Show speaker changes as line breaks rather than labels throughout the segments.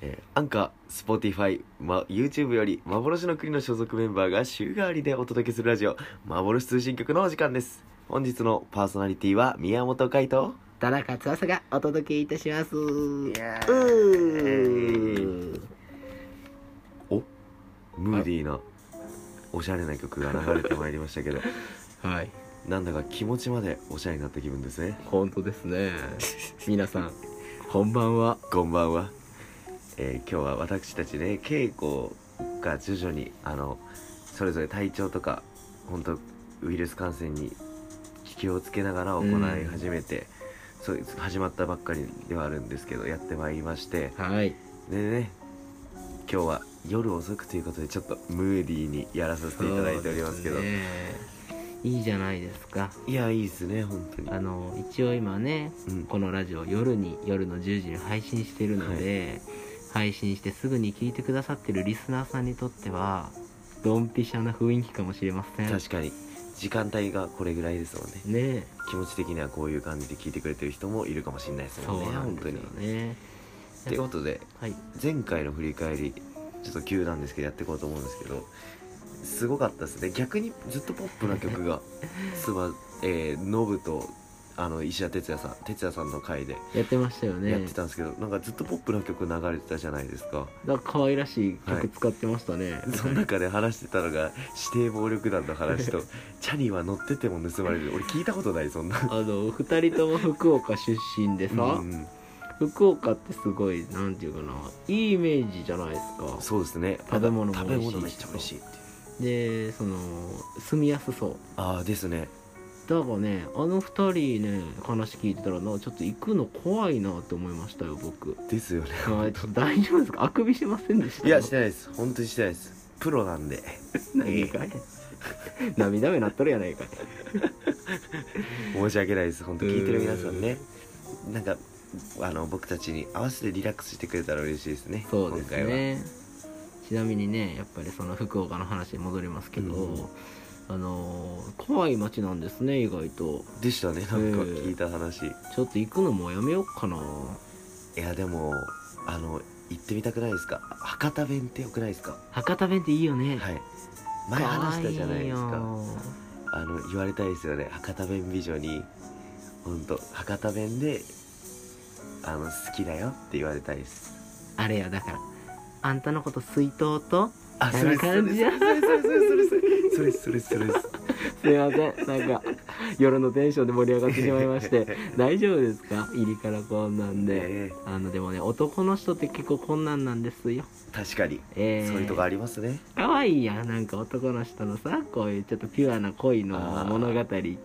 えー、アンカー、Spotify、ま、YouTube より幻の国の所属メンバーが週替わりでお届けするラジオ幻通信局のお時間です本日のパーソナリティは宮本海斗
田中翼がお届けいたしますう
エー
ー
おムーディーなおしゃれな曲が流れてまいりましたけど
はい
なんだか気持ちまでおしゃれになった気分ですね
本当です ね皆さんこんばんは
こんばんは、えー今日は私たちね稽古が徐々にあのそれぞれ体調とか本当ウイルス感染に気をつけながら行い始めて、そう始まったばっかりではあるんですけどやってまいりまして
はい
でね今日は夜遅くということでちょっとムーディーにやらさせていただいておりますけど
そうですねいいじゃないですか
いやいいですね本当に
あの一応今ね
うん
このラジオ夜に夜の10時に配信してるので、配信してすぐに聞いてくださってるリスナーさんにとってはドンピシャな雰囲気かもしれません
確かに時間帯がこれぐらいですもんね
ね
気持ち的にはこういう感じで聞いてくれてる人もいるかもしれないです
そ
もんね
うなん
本
で
当
す
に
よ。ね
ということで
はい
前回の振り返りちょっと急なんですけどやっていこうと思うんですけどすごかったですね逆にずっとポップな曲 がすばえーノブとあの石田哲也さん哲也さんの回で
やってましたよ
やっ
ね
てたんですけど、なんかずっとポップな曲流れてたじゃないです か
なんか可愛らしい
はい
曲使ってましたね、
その中で話してたのが指定暴力団の話 とチャニーは乗ってても盗まれる俺聞いたことないそんな。
あ の2人とも福岡出身でさ、
うんうん
福岡ってすごいなんていうかないいイメージじゃないですか
そうですね
食べ物も
食
美
べ
味しいし
物めっちゃ美味しいっていう
でその住みやすそう
ああですね
だからねあの2人ね話聞いてたらなちょっと行くの怖いなって思いましたよ僕
ですよね
はいちょっと大丈夫ですかあくびしてませんでし た
いやしてないです本当にしてないですプロなんで
何かい 涙目なっとるやないかい
申し訳ないです本当聞いてる皆さんねなんかあの僕たちに合わせてリラックスしてくれたら嬉しいですね
そうです
今回は
ねちなみにねやっぱりその福岡の話に戻りますけど、
うん
あのー怖い街なんですね意外と
でしたねなんか聞いた話、
ちょっと行くのもやめようかない
やでもあの行ってみたくないですか博多弁ってよくないですか
博多弁っていいよね、
はい前話したじゃないです
可
か
愛いよ
あの言われたいですよね博多弁美女に本当博多弁であの好きだよって言われたいです
あれやだからあんたのこと水筒と
あ
それそれそれそ
それそれそれそれそれそれそれそれ
すいませんなんか夜のテンションで盛り上がってしまいまして 大丈夫ですか入りからこんなんで、
ね
あのでもね男の人って結構こんなんなんですよ
確かに
えー、
そういうとこありますね
可愛いやんなんか男の人のさこういうちょっとピュアな恋の物語って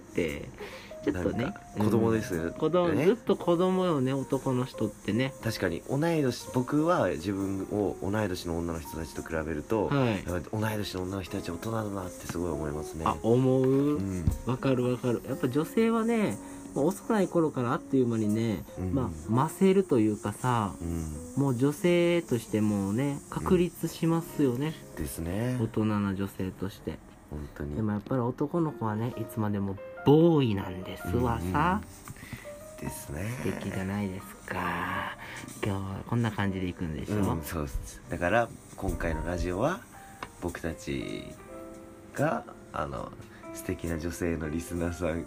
ちょっとね
なんか子供で、す
う
よ
ん子供
ね
ずっと子供よね男の人ってね
確かに同い年僕は自分を同い年の女の人たちと比べると、
はい
やっぱり同い年の女の人たちは大人だなってすごい思いますね
あ思
う
うんわかるわかるやっぱ女性はねもう幼い頃からあっという間にね、
うん
まあませるというかさ
うん
もう女性としてもうね確立しますよね、
ですね
大人な女性として
本当に
でもやっぱり男の子はねいつまでもボーイなんですわさ、
ですね
素敵じゃないですか今日はこんな感じで行くんでしょ、
うん、そうっすだから今回のラジオは僕たちがあの素敵な女性のリスナーさん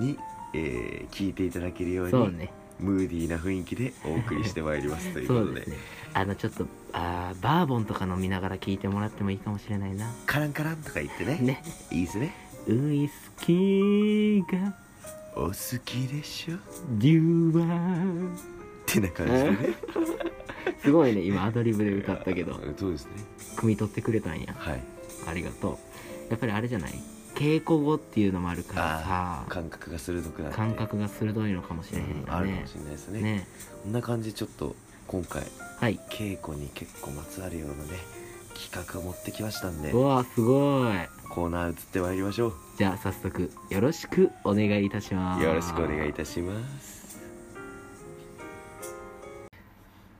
に、えー聞いていただけるように
そうね
ムーディーな雰囲気でお送りしてまいりますというこ
そう
とで
ですねあのちょっとあーバーボンとか飲みながら聞いてもらってもいいかもしれないな
カランカランとか言ってね
ね
いいですね
ウイスキーが
お好きでしょっ
デュワー
てな感じでね
すごいね今アドリブで歌ったけど
そうですね
汲み取ってくれたんや
はい
ありがとうやっぱりあれじゃない稽古語っていうのもあるから
あ感覚が鋭くなって
さ感覚が鋭いのかもし
う
れへん
んあ
よ
るかも
ね
しれないですね
ね
こんな感じでちょっと今回
はい
稽古に結構まつわるようなね企画を持ってきましたんで
うわすごい
コーナー移ってまいりましょ
じゃあ早速よろしくお願いいたしま
う
す
よろしくお願いい
した
します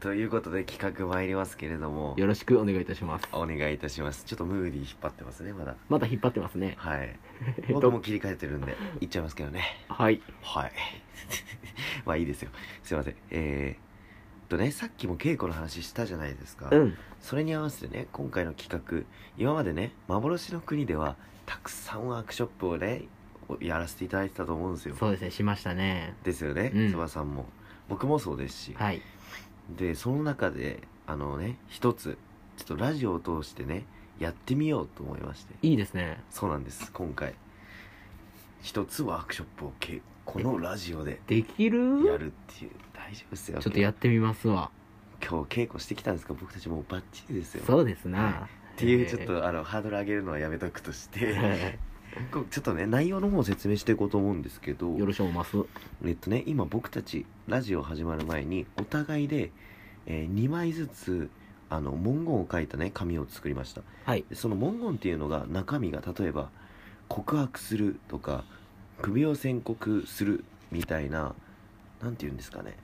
ということで企画参りますけれども
よろしくお願いいたします
お願いいたしますちょっとムーディー引っ張ってますねまだ
まだ引っ張ってますね
はい
えっ
僕
と
も切り替えてるんでいっちゃいますけどね
はい
はい まあいいですよすいませんえー、っとねさっきも稽古の話したじゃないですか、
うん
それに合わせてね今回の企画今までね幻の国ではたくさんワークショップをねやらせていただいてたと思うんですよ
そうですねしましたね
ですよね
うん
つば、さんも僕もそうですし、
はい
でその中であのね一つちょっとラジオを通してねやってみようと思いまして
いいですね
そうなんです今回一つワークショップをけこのラジオで
でき
や
る
るっていう大丈夫ですよ
ちょっとやってみますわ
今日稽古してきたんですか僕たちもうバッチリですよ
そうです
っ
な
ていうちょっとあのハードル上げるのはやめとくと して
え
こうちょっとね内容の方を説明していこうと思うんですけど
ーよろしくおます
えっとね今僕たちラジオ始まる前にお互いで、え2枚ずつあの文言を書いたね紙を作りました
はい
でその文言っていうのが中身が例えば告白するとか首を宣告するみたいななんて言うんですかね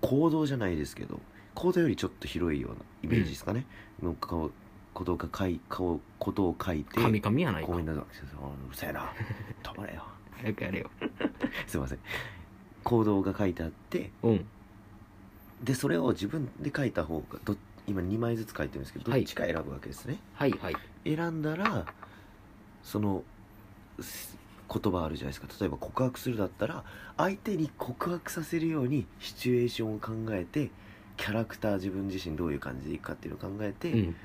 行動じゃないですけど行動よりちょっと広いようなイメージですかね、の顔ことが書い顔ことを書いて
神々やないか
公園だとうるせえな 止まれよ
早くやれよ
すいません行動が書いてあって
うん
でそれを自分で書いた方がど今2枚ずつ書いてるんですけどど
は
っ
い
ちか選ぶわけですね、
はいはい
選んだらそのす言葉あるじゃないですか例えば告白するだったら相手に告白させるようにシチュエーションを考えてキャラクター自分自身どういう感じでいくかっていうのを考えて、
うん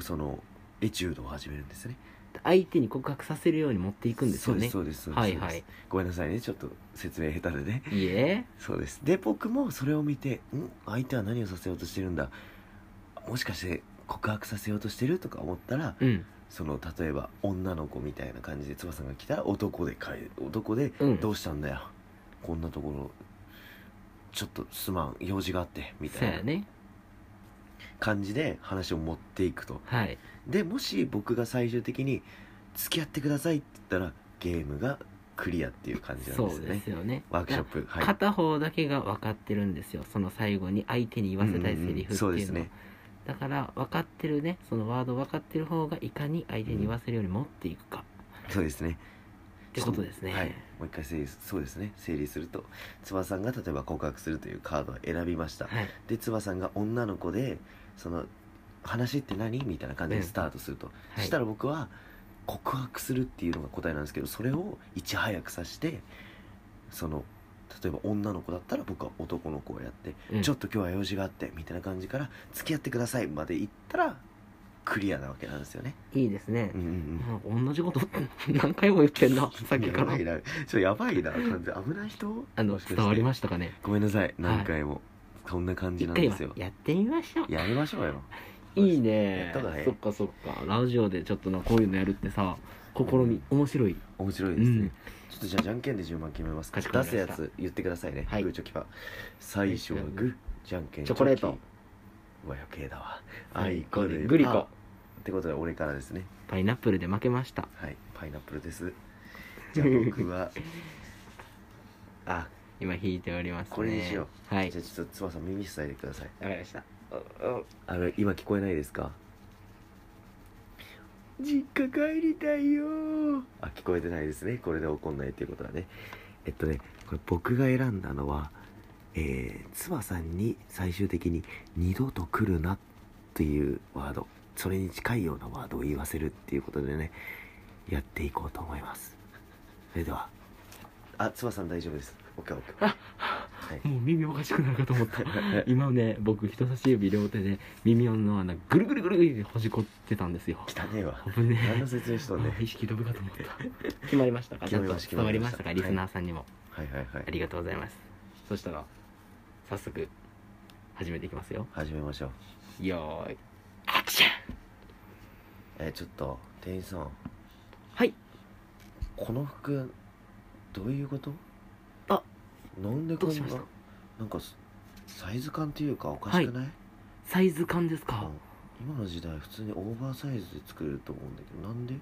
そのエチュードを始めるんですね
相手に告白させるように持っていくんですよね
そうですそうですそう
は
です
いはい
ごめんなさいねちょっと説明下手でね
いいえ
そうですで僕もそれを見てん相手は何をさせようとしてるんだもしかして告白させようとしてるとか思ったら
うん
その例えば女の子みたいな感じでつばさんが来たら男で帰る男で
う
「ど
ん
うしたんだよ、こんなところちょっとすまん用事があって」み
そう
た
や
いな
ね
感じで話を持っていくと
はい
でもし僕が最終的に「付き合ってください」って言ったらゲームがクリアっていう感じなん
そ
です
う
よ
で
ね
すよね
ワークショップはい
片方だけが分かってるんですよその最後に相手に言わせたいセリフっ
うん
て
うんうんそうで
い
す
うのは
ね
だから分かってるねそのワード分かってる方がいかに相手に言わせるように持っていくか
そうですね
ってことですね
はい、もう一回整理すそうですね整理するとつばさんが例えば告白するというカードを選びました、
はい
でつばさんが女の子でその話って何みたいな感じでスタートすると、
はい
したら僕は告白するっていうのが答えなんですけどそれをいち早くさしてその例えば女の子だったら僕は男の子をやって、
うん
ちょっと今日は用事があってみたいな感じから付き合ってくださいまで行ったらクリアなわけなんですよね。
いいですね
うんうんうん
うん同じこと 何回も言ってん なさっきか
やば
ら
いなちょっとやばいな完全危ない人
あの
もしかして
伝わりましたかね
ごめんなさい何回も、こんな感じ
一
なん
回
で
は
すよ
やってみましょう
やりましょうよ
いい
やっ
ね
た方がいい
そっかそっかラジオでちょっとなこういうのやるってさ試み面白い
面白いですね、
うん
ちょっとじゃあじゃんけんで順番決めますか
かしこま
出す
りま
や
した
つ言ってくださいね、
はい
グーチョキパー最初はグーじゃんけん
チョコレート
和よけだわあ
はい
いこで
グリコ
パーってことで俺からですね
パイナップルで負けました
はいパイナップル ですじゃあ僕はあ
今弾いておりますね
これにしよ
うはい
じゃあちょっとつばさん耳塞いでください
わかりました
あの今聞こえないですか実家帰りたいよーあ聞こえてないですねこれで怒んないっていうことはねえっとねこれ僕が選んだのはえー、妻さんに最終的に「二度と来るな」っていうワードそれに近いようなワードを言わせるっていうことでねやっていこうと思いますそれではあ妻さん大丈夫です OKOK はい
もう耳おかしくなるかと思った 今ね僕人差し指両手で耳の穴ぐるぐるぐるぐるってほじこってたんですよ
汚ねえわ
危ね
何
え
の説明しとんねん
あ意識飛ぶかと思った 決まりましたか
決まりました
ちゃんと伝わりましたか
決
リ
ま
ス
りま
ナーさんにも、
はいはいはい
ありがとうございますそしたら早速始めていきますよ
始めましょう
よーいアクション
えちょっと店員さん
はい
この服どういうこと
あ
なんで
ど
こ
うんし
な
ました
なんかサイズ感っていうかおかしくない、
サイズ感です
あ
か
の今の時代普通にオーバーサイズで作れると思うんだけどなんで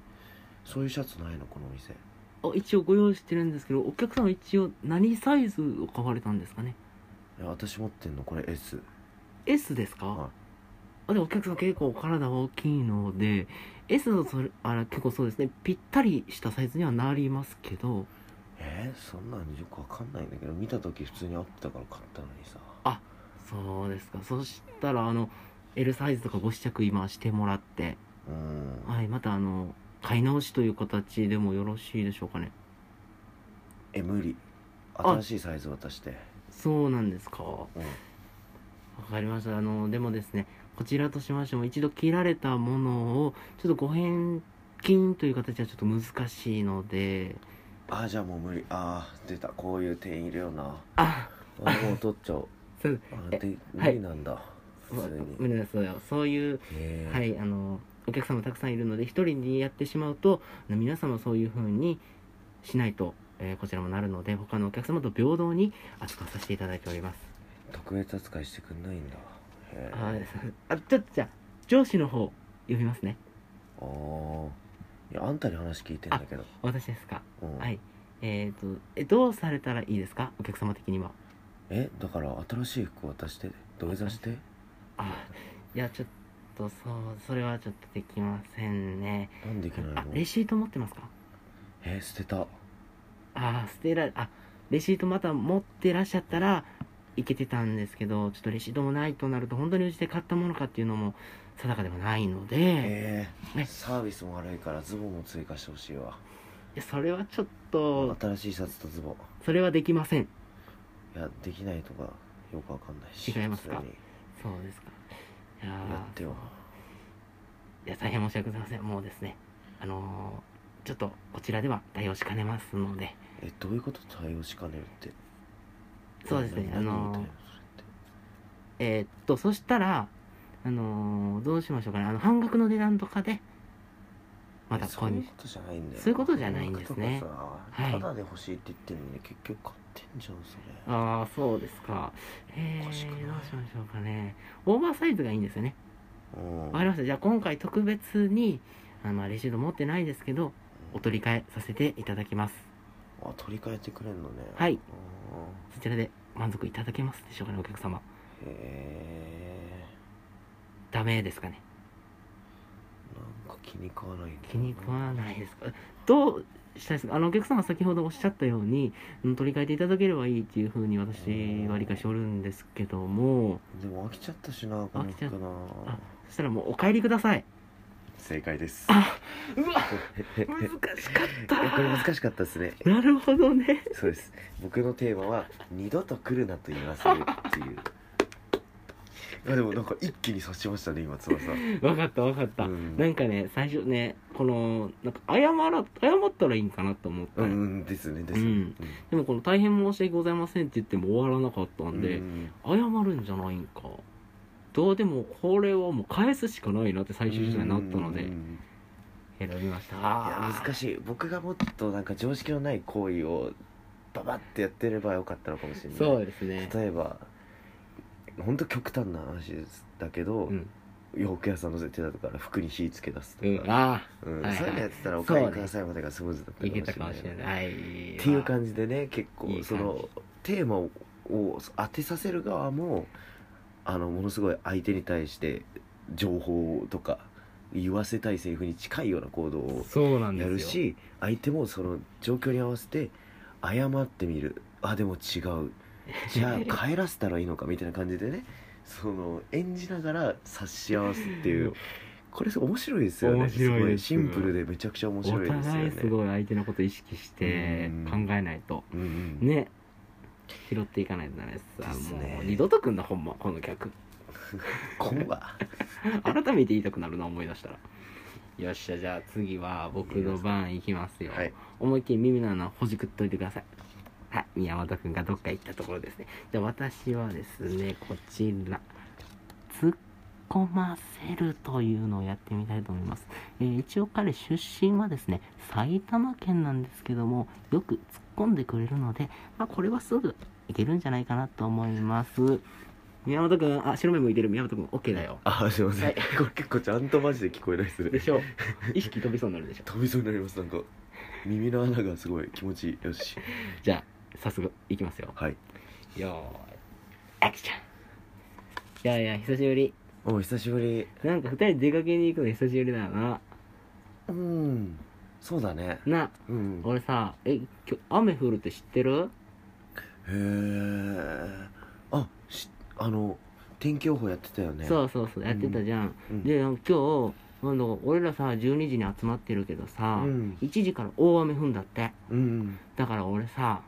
そういうシャツないのこのお店
あ一応ご用意してるんですけどお客さんは一応何サイズを買われたんですかね
いや私持ってんのこれ S
S ですか、
はい
あでもお客さん結構お体大きいので S だとそれあら結構そうですねぴったりしたサイズにはなりますけど
えー、そんなんよくわかんないんだけど見た時普通に合ってたから買ったのにさ
そうですかそしたらあの L サイズとかご試着今してもらって
うーん
はいまたあの買い直しという形でもよろしいでしょうかね
え無理新しいサイズ渡して
そうなんですか
うん
わかりました。あの、でもですね、こちらとしましても、一度切られたものを、ちょっとご返金という形はちょっと難しいので、
あーじゃあもう無理あー出たこういう店員いるよな
あ、
あもう取っちゃおう
そう、
あ
え
ーで
は
無
い
理なんだ、
ま
普通に、
無理ですよ。そういう、
えー
はい、あの、お客様たくさんいるので、一人にやってしまうと、あの皆様そういう風にしないと、えーこちらもなるので、他のお客様と平等に扱わさせていただいております。
特別扱いしてくんないんだへー
はい。 あ、ちょっとじゃあ、上司の方、呼びますね。
あーいやあんたに話聞いてんだけど、
私ですか。
うん
はいえっ、と、え、どうされたらいいですかお客様的には。
えだから新しい服渡して土下座して
あいやちょっとそうそれはちょっとできませんね
なんでいけないの
あレシート持ってますか
え捨てた
あ捨てらあレシートまた持ってらっしゃったらいけてたんですけどちょっとレシートもないとなると本当にうちで買ったものかっていうのも定かではないので、
えー
ね
サービスも悪いからズボンも追加してほしいわ
いやそれはちょっと
新しいシャツとズボン
それはできません
いやできないとかよくわかんないし
違いますか
普通に
そうですかいやー
やってよ
いや大変申し訳ございませんもうですねあのーちょっとこちらでは対応しかねますので
えどういうこと対応しかねるって
そうですねあ
何
の
何み
ー
たいなそれって
えーっとそしたらあのーどうしましょうかねあの半額の値段とかでまた
えそ
購
うい
入
うことじゃないんだよ
そういうことじゃないんですね
なんかとかさ
はい
ただで欲しいって言ってるのに結局買ってんじゃんそれ
ああそうですか
お
えー、ど
か
う
し
し
く
ま
ない
しょうかねオーバーサイズがいいんですよね
うん
わかりましたじゃあ今回特別にあのまあレシート持ってないですけどお取り替えさせていただきます
あ取り替えてくれんのね
はい
うん
そちらで満足いただけますでしょうかねお客様
へえ
ダメですかね
なんか気に食わないんだよな
気に食わないですかどうしたいですかあのお客様先ほどおっしゃったようにうん取り替えていただければいいっていうふうに私は理解しておるんですけども
でも飽きちゃったしなこの
飽きちゃっ
服な
あそしたらもうお帰りください
正解です
あうわ
え
難しかっ
これ
た
難しかったですね
なるほどね
そうです僕のテーマは「二度と来るなと言わせる」って いういやでもなんか一気に刺しましたね今翼
分かった分かった、
うん
なんかね最初ねこのなんか謝ら謝ったらいいんかなと思った、
うんうんですねです
う
ね、
んでもこの「大変申し訳ございません」って言っても終わらなかった
うんん
で、
うん
謝るんじゃないんかどうでもこれはもう返すしかないなって最終手段になったの
う
で
ん
選びましたい
いや難しい僕がもっとなんか常識のない行為をババってやってればよかったのかもしれない
そうですね
例えば本当極端な話ですだけど、
うん、
洋服屋さんの手だとから服に火つけ出すと
うん、
か、
あ
うん
はいはい
そういうのやってたら「お
そう
帰
ね
りください」までがスムーズだっ
あ
た
いけたかもしれ
い
ないはい
っていう感じでね結構
いい感じ
そのテーマをを当てさせる側もあのものすごい相手に対して情報とか言わせたいセリフに近いような行動を
そうなんです
や
よ
るし相手もその状況に合わせて謝ってみるあでも違うじゃ あ帰らせたらいいのかみたいな感じでねその演じながら察し合わすっていうこれ面白いですよね
面白いです
すごいシンプルでめちゃくちゃ面白い
お
ですよ
互
ね
いすごい相手のこと意識して
うん
考えないと
うんうん
ね拾っていかないとダメですあ
ですね
もう二度と来んなほんまこの客
こんば
改めて言いたくなるな思い出したらよっしゃじゃあ次は僕の番いきますよ、
はい
思いっきり耳の穴ほじくっといてくださいはい、宮本くんがどっか行ったところですね。じゃあ私はですね、こちら、突っ込ませるというのをやってみたいと思います。えー一応彼出身はですね、埼玉県なんですけども、よく突っ込んでくれるので、まあこれはすぐいけるんじゃないかなと思います。宮本くん、あ、白目向いてる宮本くん、OK だよ。
あーすいません、
はい
これ結構ちゃんとマジで聞こえないですね
でしょ意識飛びそうになるでしょ
飛びそうになりますなんか耳の穴がすごい気持ちいいよし
じゃあ、早速いきますよ。
はい
よーい、アクションいやいや、久しぶり。
お久しぶり
なんか二人出かけに行くの久しぶりだよな。
うんそうだね
な、
うんへ
俺さ、え、今日雨降るって知ってる
えあしあの天気予報やってたよね
そうそうそう、やってたじゃん。
うん、
で、なんか今日、なんだか俺らさ、12時に集まってるけど
う
さ、
ん
1時から大雨降んだって。
うん
だから俺さ、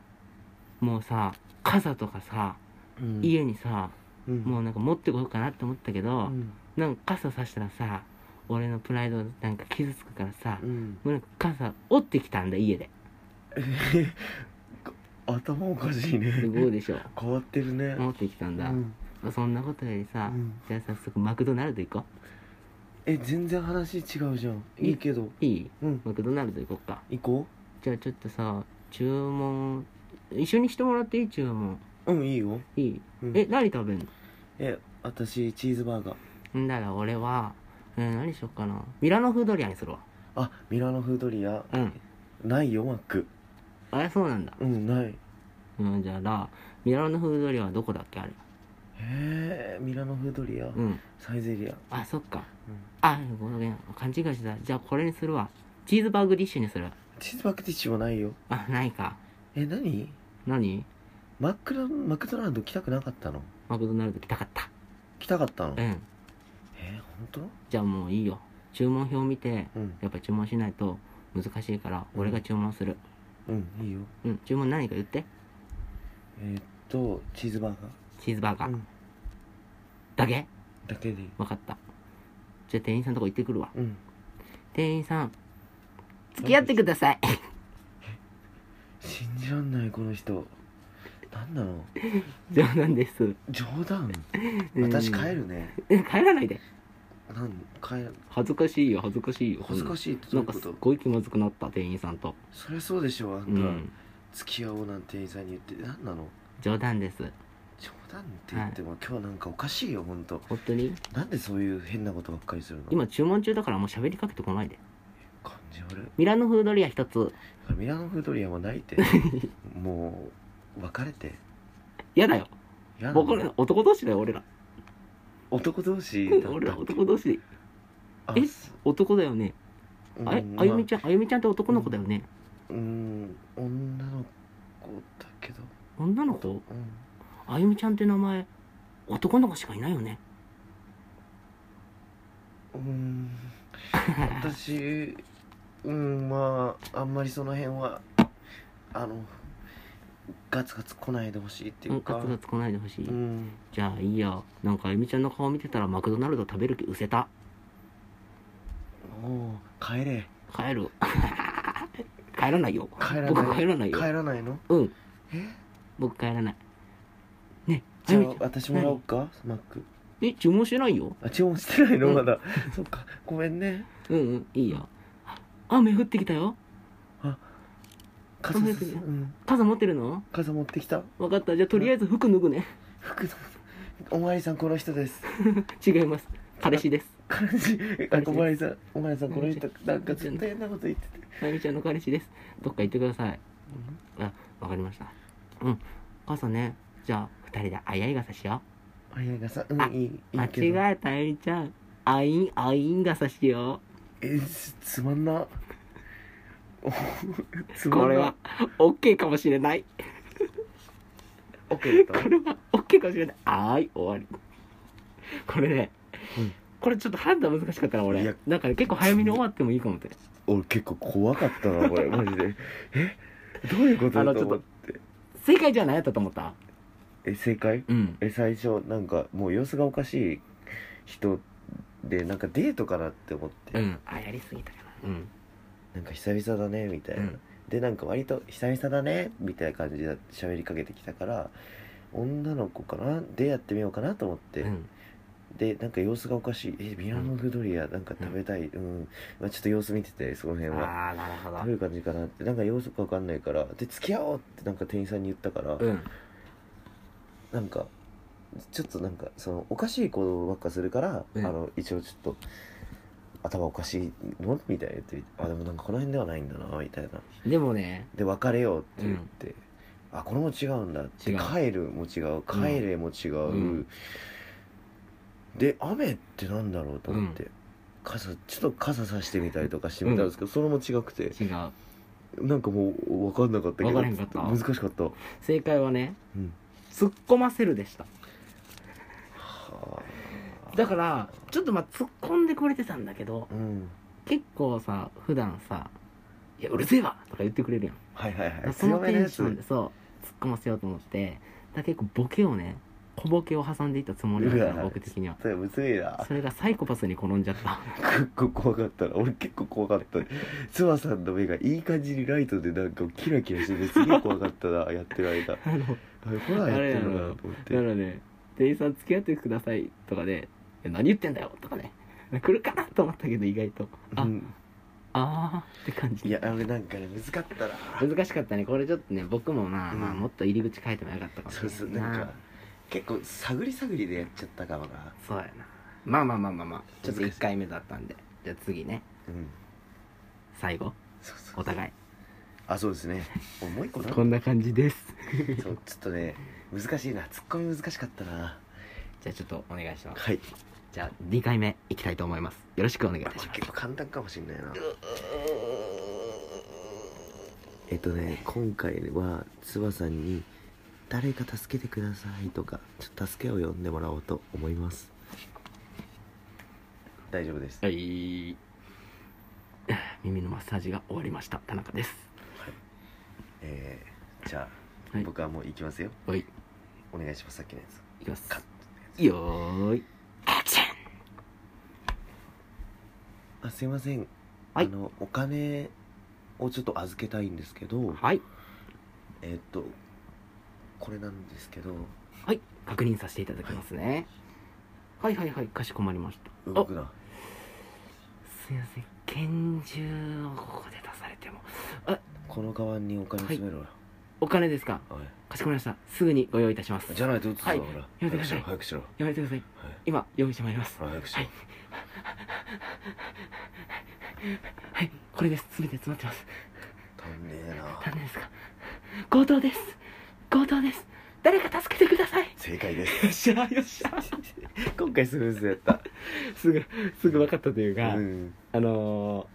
もうさ、傘とかさ、
うん
家にさ、
うん
もうなんか持ってこようかなって思ったけど、
うん
なんか傘さしたらさ、俺のプライドなんか傷つくからさ
う、ん
もうなんか傘折ってきたんだ、家で。
頭おかしいね
すごいでしょ。
変わってるね
持ってきたんだ。
うん
まあそんなことよりさ、
うん
じゃあ早速マクドナルド行こ
え全然話違うじゃんいいけど
ういい
うん
マクドナルド行こっか
行こ
じゃあちょっとさ注文一緒にしてもらっていい注文
ううんいいよ、
いい
うん、
え何食べん
え私チーズバーガー
のんだら俺は、えー何しよっかなミラノ風ドリアにするわ
あミラノフードリア
うん
ないよマック
あれそうなんだ
うんないへ
うんじゃあらミラノ風ドリアはどこだっけあれ
えミラノフードリア、
うん
サイゼリア
あそっか、
うん
あごめん勘違いしてたじゃあこれにするわチーズバーグディッシュにする
チーズバーグティッシュもないよ
あないか
え何
何
マックラマクドナルド来たくなかったの
マクドナルド来たかった
来たかったの
う
え
ん
本
じゃあもういいよ注文表見て
当うん
やっぱ注文しないと難しいから
うん
俺が注文する
うんいいよ
うん、注文何か言って
えーっとチーズバー
チーズバー
ガ
ガ
ー、
ー
うん、
だけ
だけでいい
分かったじゃあ店員さんとこ行ってくるわ
うん
店員さん付き合ってください
信じらんないこの人なんなの
冗談です
冗談
うん
私帰るね
え帰らないで
なん帰る
恥ずかしいよ恥ずかしいよ
恥ずか
し
しいってど
な
ういう
んか
こ
す
と
っごい気まずくなった店員さんと
そりゃそうでしょあんた、
うん
付き合おうなんて店員さんに言ってなんなの
冗談です
冗談って言っても、今日なんかおかしいよ本当
本当に
なんでそういう変なことばっかりするの
今注文中だからもう喋りかけてこないで
感じ悪
ミラノフードリア一つ
いミラノフードリアも ないってもう別れて
嫌だよ
や
僕ら男同士だよ俺ら
男同士だっ
俺
た
ら
っけ
男同士で
あ
え男だよねあれあゆみちゃんあゆみちゃんって男の子だよね、
ゃんうん女の子だけど
女の子
うん
あゆみちゃんって名前男の子しかいないよね
うーん私うんまああんまりその辺はあのガツガツ来ないでほしいっていうか
ガツガツ来ないでほしい、
うん
じゃあいいやなんかあゆみちゃんの顔見てたらマクドナルド食べる気うせた
もう帰れ
帰る 帰らないよ
帰らない
僕帰らないよ
帰らないの
うん
え
僕帰らないねあ
じ
ゆ
ゃあ
みちゃん
私もらおうかマック
え注文してないよ
あ注文してないの
うん
まだ、そっかごめんね
うんうんいいよあ雨降ってきたよ
傘
ごめ
さ
んごめん
うん
傘持ってるの
傘持ってきた
分かったじゃあとりあえず服脱ぐね
服のおまわりさんこの人です
違います彼氏です
彼氏あおまわりさんおまわりさんこの人なんか
ち
ず
ょっと
っと変なこと言ってて、
あゆみちゃんの彼氏ですどっか行ってくださいあわかりましたうん傘ねじゃあ2人であやい傘しよう
あいや傘うん
あ
いいい
間
いけど
違えたあゆみちゃんアインアイン傘しよ
えつつまん なおつ
う
まんな
これは OK かもしれない
オッケーだっ
これは OK かもしれないはーい終わりこれね、
うん
これちょっと判断難しかったない俺
や
なんかね結構早めに終わってもいいかもって
俺結構怖かったなこれマジでえどういうこと
あの
だと
ちょっ
思
と
って
正解じゃあ何やったと思った
え正解
うん
え最初なんかもう様子がおかしい人でなんかデートかなって思って、
うんあやりすぎたかなうん
なんか久々だねみたいな、
うん
でなんか割と「久々だね」みたいな感じで喋りかけてきたから女の子かなでやってみようかなと思って、
うん
でなんか様子がおかしい「えミラノグドリアなんか食べたい」うん、まあ、ちょっと様子見ててその辺は
ああなるほど
どういう感じかなってなんか様子がわかんないからで付き合おうってなんか店員さんに言ったから、
うん
なんかちょっとなんかそのおかしいことばっかするから、
うん
あの一応ちょっと頭おかしいのみたいな言ってあでもなんかこの辺ではないんだなみたいな
でもね
で別れようって言って、あこれも違うんだって
違う
帰るも違う帰れも違う、
うん
で雨ってなんだろうと思って、傘ちょっと傘さしてみたりとかしてみたんですけど、それも違くて
違う
なんかもう分かんなかったけど
分からへんかった
難しかった、は
正解はね、
うん
突っ込ませるでした
あ
だからちょっとまあ突っ込んでくれてたんだけど
うん
結構さ普段さ「いやうるせえわ!」とか言ってくれるやん
はいはい
だか
は
ら
い
その
強め
テ
のや
ン
つ
ションでそう突っ込ませようと思ってだから結構ボケをね小ボケを挟んでいったつもりだった
うわ
の僕的には
それむずいな
それがサイコパスに転んじゃった
結構怖かったな俺結構怖かったつばさんの目がいい感じにライトでなんかキラキラしててすげえ怖かった なやってる間
あの
あれホラーやってるのかなと思っ
だか
て
らね店員さん付き合ってくださいとかで「いや何言ってんだよ」とかね来るかなと思ったけど意外とあ、
うん
あーって感じ
いやあれなんかね難かったな
難しかったねこれちょっとね僕もな、
うん
まあ、もっと入り口変えてもよかったかもし
そうそう
れない
なん
な
か結構探り探りでやっちゃったかもな
そうやなまあまあまあまあまあちょっと
難しい
1回目だったんでじゃあ次ね
うん
最後
そうそう
お互い
あそうですねもう一個な
こんな感じです
そうちょっとね難しいなツッコミ難しかったな
じゃあちょっとお願いします
はい
じゃあ2回目いきたいと思いますよろしくお願いい
あ
た
こ
し
れ
ます
結構簡単かもしれないなえっとね今回はつばさんに「誰か助けてください」とかちょっと助けを呼んでもらおうと思います大丈夫です
はい耳のマッサージが終わりました田中です
えー、じゃあ、
はい
僕はもう行きますよ
はい
お願いしますさっきのやつ
いきます
カッ
よーいアクション
あすいません、
はい
あのお金をちょっと預けたいんですけど
はい
えっとこれなんですけど
はい確認させていただきますねはいはいはいかしこまりました
動
あ
くな
すいません拳銃をここで出されても
この側にお金詰めろよ、
お金ですか
おい
かしこまりましたすぐにご用意いたします
じゃないと打つぞ、
はい
ほら
やめて
早
く
く
だ
し
さい
ろ早くしろ、は
やめてください
い、
今用意してまいります
ほら早くしろ、
はいはいこれです全て詰まってます
足んねえな
何ですか強盗です強盗です誰か助けてください
正解です
よっしゃよっしゃ
今回スムーズやった
すぐすぐ分かったというか、
うん
あの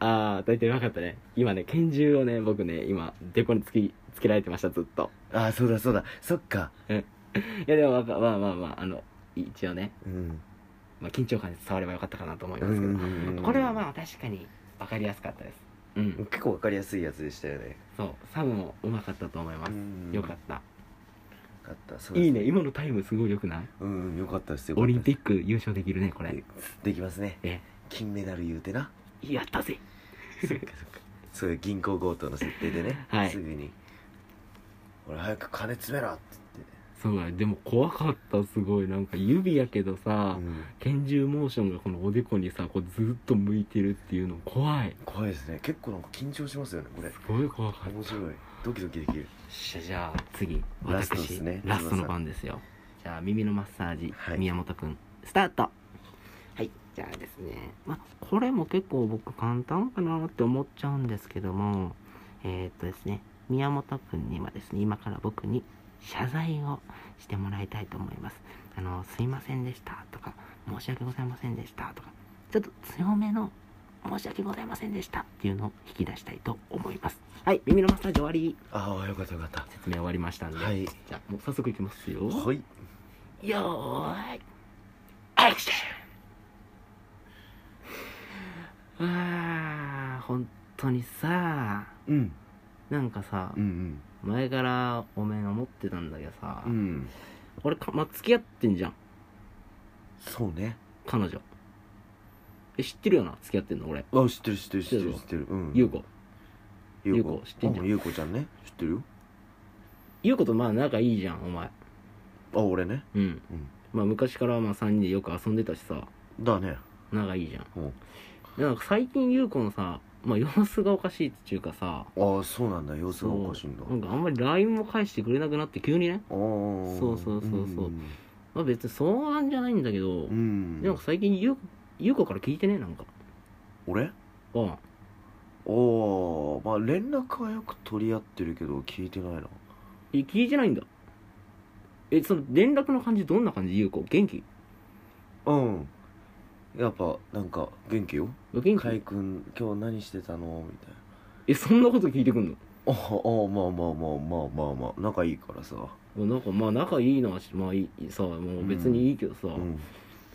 ー、ああ大体分かったね今ね拳銃をね僕ね今デコにつきつけられてましたずっと
ああそうだそうだそっか
いやでもわかまあまあまああの一応ね、
うん
まあ、緊張感に伝わればよかったかなと思い
うん
ますけど、
うんうん
これはまあ確かに分かりやすかったですうん
結構わかりやすいやつでしたよね
そうサムもうまかったと思います、
ん
よかっ
た
た、
よかったそうです
いいね今のタイムすごい良くない
うんうんよかったですよ
オリンピ
ッ
ック優勝できるねこれ
できますね
え
金メダル言うてな
やったぜ
そっかそっかそういう銀行強盗の設定でね、
はい
すぐに「俺早く金詰めろ」って言って
そうだねでも怖かったすごいなんか指やけどさ、
うん
拳銃モーションがこのおでこにさこうずっと向いてるっていうの怖い
怖いですね結構なんか緊張しますよねこれ
すごい怖かった
面白いドキドキできる
しゃじゃあ次
ラストです
私
ね
ラストの番ですよじゃあ耳のマッサージ、
はい
宮本くんスタートはいじゃあですねまあこれも結構僕簡単かなって思っちゃうんですけどもえー、っとですね宮本くんにはですね今から僕に謝罪をしてもらいたいと思いますあのすいませんでしたとか申し訳ございませんでしたとかちょっと強めの申し訳ございませんでしたっていうのを引き出したいと思いますはい耳のマッサージ終わり
ああよかったよかった
説明終わりましたんで、
はい
じゃあもう早速いきますよ
はい
よーいアクションあー本当にさ
うん
なんかさ、
うん
前からお面を持ってたんだけどさ、
うんうん
俺か、まあ、付き合ってんじゃん
そうね
彼女え知ってるよな付き合ってんの俺
あ知ってる知ってる知って
知って
る
る
知ってるうん
優子
ゆう
ゆう
こ
こ知ってんじゃん
あゆうこちゃんね知ってるよ
ゆうことまあ仲いいじゃんお前
あ俺ね
うん、
うん
まあ昔からまあ3人でよく遊んでたしさ
だね
仲いいじゃん
うん
でなんか最近ゆうこのさ、まあ、様子がおかしいっていうか
あ
さ
あそうなんだ様子がおかしいんだ
そう
あ
なんかあんまり LINE も返してくれなくなって急にね
あー
そうそうそうそうんまあ別に相談じゃないんだけど、
うん
でも最近ゆうゆうこから聞いてねなんか
俺
うん
おおまあ連絡はよく取り合ってるけど聞いてないな
え聞いてないんだえその連絡の感じどんな感じゆうこ元気
うんやっぱなんか元気よ
元
かい
気
くん今日何してたのみたいな
えそんなこと聞いてくんの
ああまあまあまあまあまあまあ仲いいからさ
なんかまあ仲いいのはしまあいいさもう別にいいけどさ、
うん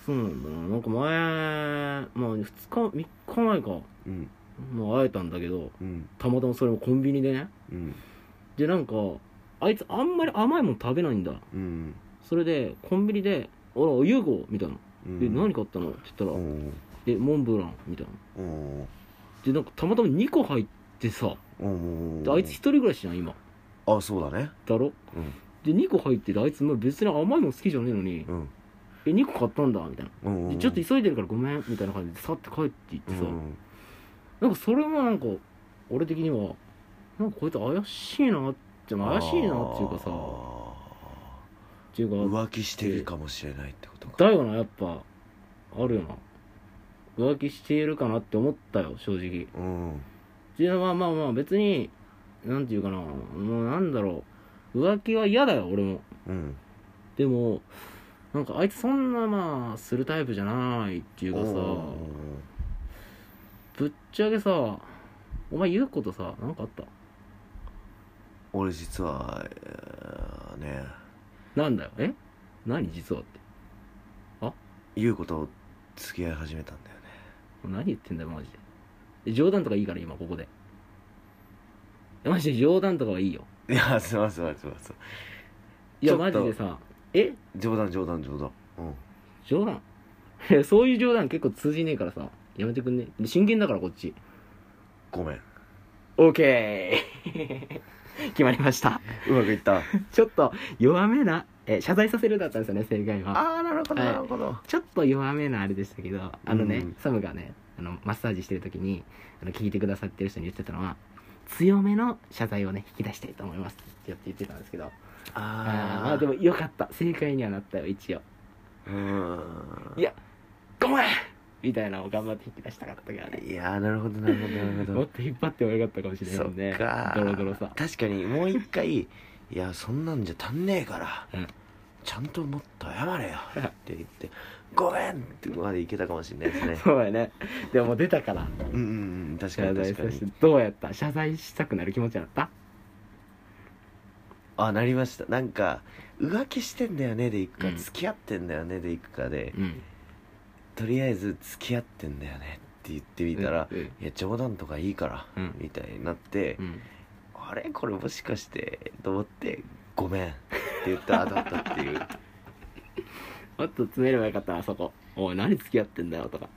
そうなんだななんか前まあ2日3日前か
うん
まあ会えたんだけど
うん
たまたまそれもコンビニでね
うん
でなんかあいつあんまり甘いもん食べないんだ
うん
それでコンビニで「あら優子」みたいな
う
「
ん
で何買ったの?」って言
う
ったら
ん
「でモンブラン」みたいな
うん
でなんかたまたま2個入ってさ
うん
であいつ1人暮らしじゃん今
あそうだね
だろ
うん
で2個入っててあいつまあ別に甘いもん好きじゃねえのに
うん
「え2個買ったんだ」みたいな
うん
で「ちょっと急いでるからごめん」みたいな感じでさって帰っていって
う
さ
ん
なんかそれもなんか俺的にはなんかこいつ怪しいなって怪しいなっていうかさっ
あ
てい
ー
うか
浮気してるかもしれないってことか
だよなやっぱあるよな浮気しているかなって思ったよ正直
うん
っていうのはまあまあ別になんていうかなもうなんだろう浮気は嫌だよ俺も
うん
でもなんかあいつそんなまあするタイプじゃないっていうかさ
うん
ぶっちゃけさお前言うことさなんかあった
俺実はえーね
なんだよえ何実はって
優子と付き合い始めたんだよね
何言ってんだよマジで冗談とかいいから今ここでマジで冗談とかはいいよ
いやすいませんすいませんすいません
いや
ちょ
マ
っと
ジでさえ
冗談冗談冗談
冗談いやそういう冗談結構通じねえからさやめてくんね真剣だからこっち
ごめん
オーケー 決まりました
うまくいった
ちょっと弱めなえ謝罪させるだったんですよね正解は
あなるほ
どなる
ほど
ちょっと弱めなあれでしたけどあのね、
うん
サムがねあのマッサージしてる時にあの聞いてくださってる人に言ってたのは強めの謝罪をね引き出したいと思いますって言ってたんですけどあーまあ
あ
でもよかった正解にはなったよ一応
ーうん
いやごめんみたいなのを頑張って引き出したかったからね
いやーなるほどなるほどなるほ
も
ど
っと引っ張ってもよかったかもしれない
そ
も
っ
んね
か
ドロドロさ
確かにもう一回いやそんなんじゃ足んねえから、
うん
ちゃんともっと謝 れよって言って「ごめん!」ってまでいけたかもしれないですね
そうやねでももう出たから
うんうんうん確か
謝
に
罪
確か
そして
に
どうやった謝罪したくなる気持ちだった
あなりましたなんか浮気してんだよねでいくか、
うん
付き合ってんだよねでいくかで
うん
とりあえず付き合ってんだよねって言ってみたら、
うん
いや冗談とかいいから、
うん
みたいになって、
うん
あれこれもしかしてと思って「ごめん」って言ったら当たったっていう
もっと詰めればよかったなあそこおい何付き合ってんだよとか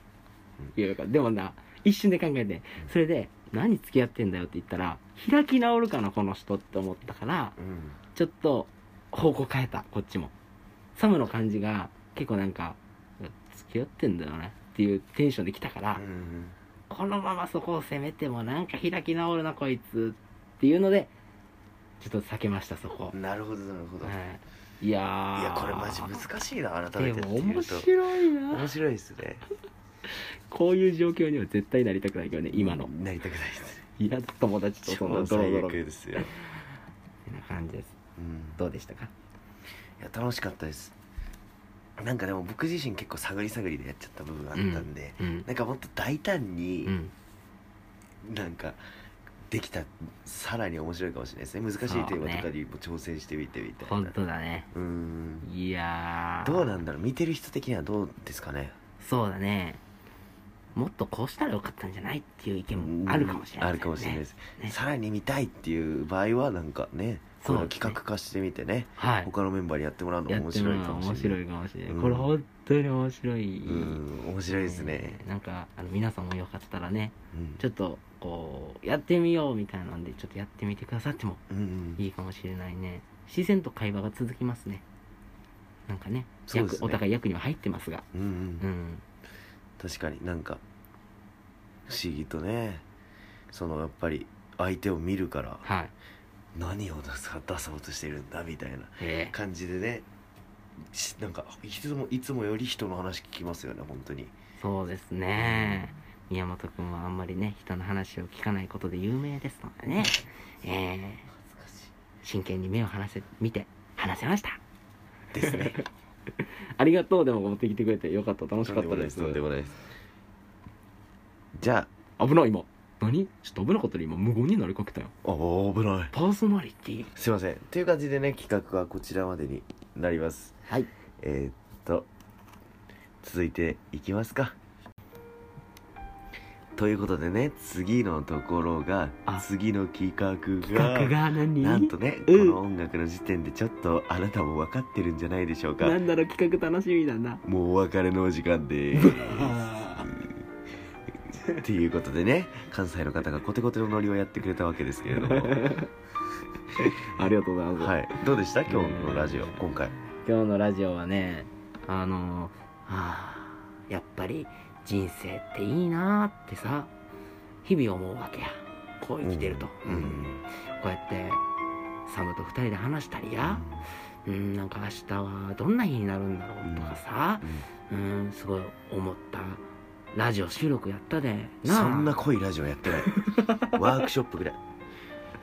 うん
言えばよかったでもな一瞬で考えてそれで何付き合ってんだよって言ったら開き直るかなこの人って思ったから
うん
ちょっと方向変えたこっちもサムの感じが結構なんか付き合ってんだよねっていうテンションで来たか
う
ら、
ん
このままそこを攻めてもなんか開き直るなこいつっていうのでちょっと避けましたそこ、
なるほどなるほど、い
はい、いやー
やこれマジ難しいな改めてっ
で
て
も
い
面
うと
白いな
面白いですね
こういう状況には絶対なりたくないけどね今の
なりたくないです
いや友達とその
超
ドロ
最
ドロ
悪
みたい
ですよ、
な感じです
うん、
どうでしたか
いや楽しかったですなんかでも僕自身結構探り探りでやっちゃった部分あったんで、
うん
なんかもっと大胆に
うん
なんかできたさらに面白いかもしれないですね難しいテーマとかにも挑戦してみてみたいな
本当だね
うーん
いやー
どうなんだろう見てる人的にはどうですかね
そうだねもっとこうしたらよかったんじゃないっていう意見もあるかもしれない、
あるかもしれないです、
ね
さらに見たいっていう場合はなんかねこれ
そう
を
ですね
企画化してみてね
はい
他のメンバーにやってもらうの
や
も
っ
面
て
白
も
い
らう
か
の
も
面
しれな
白
い
いかもしれない、
うん
これ本当に面白い、
うん面白いですね、
えーなんかあの皆さんもよかったらね
うん
ちょっとこうやってみようみたいなんでちょっとやってみてくださっても
うんうん
いいかもしれないね自然と会話が続きますねなんかね
そうですね
役お互い役には入ってますが
うんうん
うん
確かになんか不思議とねそのやっぱり相手を見るから
はい
何を出す出そうとしてるんだみたいな
え
感じでねしなんかいつもいつもより人の話聞きますよね本当に
ーそうですね宮本君はあんまりね人の話を聞かないことで有名ですのでねえー
恥
真剣に目を離せ見て話せました
ずかしいですね
ありがとうでも持ってきてくれてよかった楽しかったです
とんでもないですじゃ
危ない今何ちょっと危なかったら今無言になりかけたよ
あお危ない
パーソナリティ
すいませんという感じでね企画はこちらまでになります
はい
えーっと続いていきますかということでね次のところが
あ
次の企画が
企画が何
なんとね、
うん
この音楽の時点でちょっとあなたも分かってるんじゃないでしょう
な
か
んだろう企画楽しみだな
もうお別れのお時間で
あ
す っていうことでね関西の方がコテコテのノリをやってくれたわけですけれど も
りがとうございます、
はいどうでした今日のラジオ今回
今日のラジオはねあのーあーやっぱり人生っていいなーってさ日々思うわけやこう生きてると、
うん
こうやってサムと二人で話したりや、うん、なんか明日はどんな日になるんだろうとかさ、うん、すごい思ったラジオ収録やったで
うんそんな濃いラジオやってないワークショップぐらい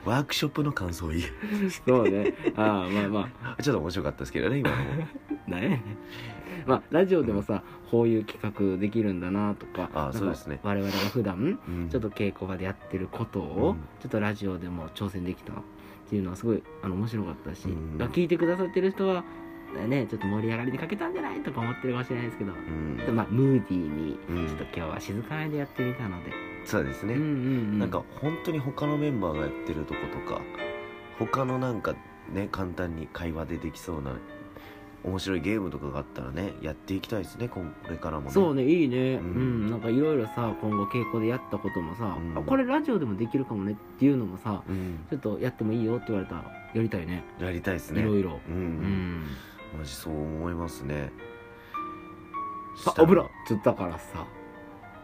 ワークショップの感想を言え
そう ねああまあまあ
ちょっと面白かったですけどね今のも
なんやねんまあラジオでもさ、こういう企画できるんだなとか
ああ
なんか
そうですね
我々が普段
うん
ちょっと稽古場でやってることを、
うん
ちょっとラジオでも挑戦できたっていうのはすごいあの面白かったし、
うん
まあ聞いてくださってる人はねちょっと盛り上がりに欠けたんじゃないとか思ってるかもしれないですけど、
うん
まあムーディーに
うん
ちょっと今日は静かめでやってみたので、
そうですね、
うんうんうん、
なんか本当に他のメンバーがやってるとことか他のなんかね簡単に会話でできそうな面白いゲームとかがあったらねやっていきたいですねこんこれからもね
そうねいいね、う
うんん
なんかいろいろさ今後稽古でやったこともさ、
うん
あこれラジオでもできるかもねっていうのもさ
うん
ちょっとやってもいいよって言われたらやりたいね
やりたいです
い
ね
ろいろ
うん、
うん
マジそう思いますね
あ油っつったからさ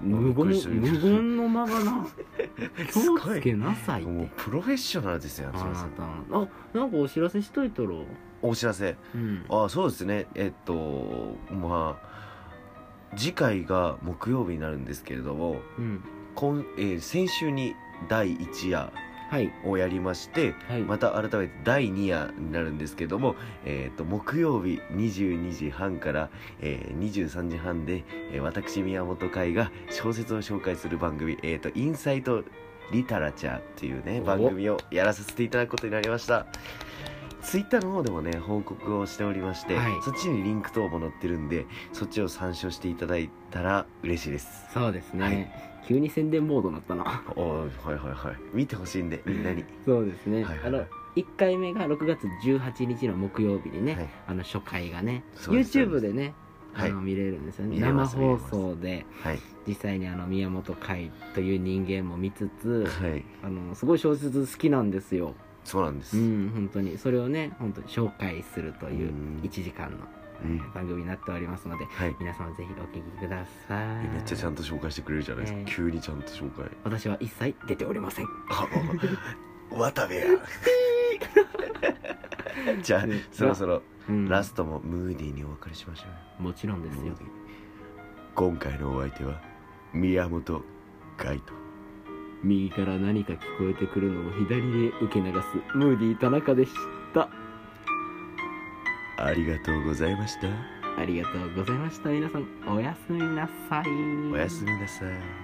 無
びっくり
言
した
無言のままな 気
す
を
ご
つ
い
けなさいって
もうプロフェッショナルですよ
あ
夏目さ
なんたあなんかお知らせしといたろ
お知らせ
うん
あそうですねえっとまあ次回が木曜日になるんですけれども
うん
今、えー先週に第1夜
はい
をやりまして
はい、
また改めて第2夜になるんですけども、えー、と木曜日22時半から、えー23時半で、えー私宮本海が小説を紹介する番組「えー、とインサイトリタラチャー」っていうね
お
番組をやらさせていただくことになりましたツイッターの方でもね報告をしておりまして、
はい
そっちにリンク等も載ってるんでそっちを参照していただいたら嬉しいです
そうですね、
はい
急に宣伝モードになったな
おーはいはいはい見てほしいんでみんなに
そうですね、
はいはいはい
あの1回目が6月18日の木曜日にね、
はい
あの初回がね
そうです
YouTube でね
はい
あの見れるんですよね、
見れ
生
ます
放送で
はい
実際にあの宮本海という人間も見つつ
はい
あのすごい小説好きなんですよ
そうなんです、
うん本当にそれをね本当に紹介するといううん1時間の
うん
番組になっておりますので
はい
皆様ぜひお聞きください
めっちゃちゃんと紹介してくれるじゃないですか、
ええ
急にちゃんと紹介
私は一切出ておりません
あ 渡 部やじゃあ
ね
そろそろ
うん
ラストもムーディーにお別れしましょう
もちろんで
よ
す
ム
よ
ーディー今回のお相手は宮本海斗
右から何か聞こえてくるのを左で受け流すムーディー田中でした
ありがとうございました
ありがとうございました皆さんおやすみなさい
おやすみなさい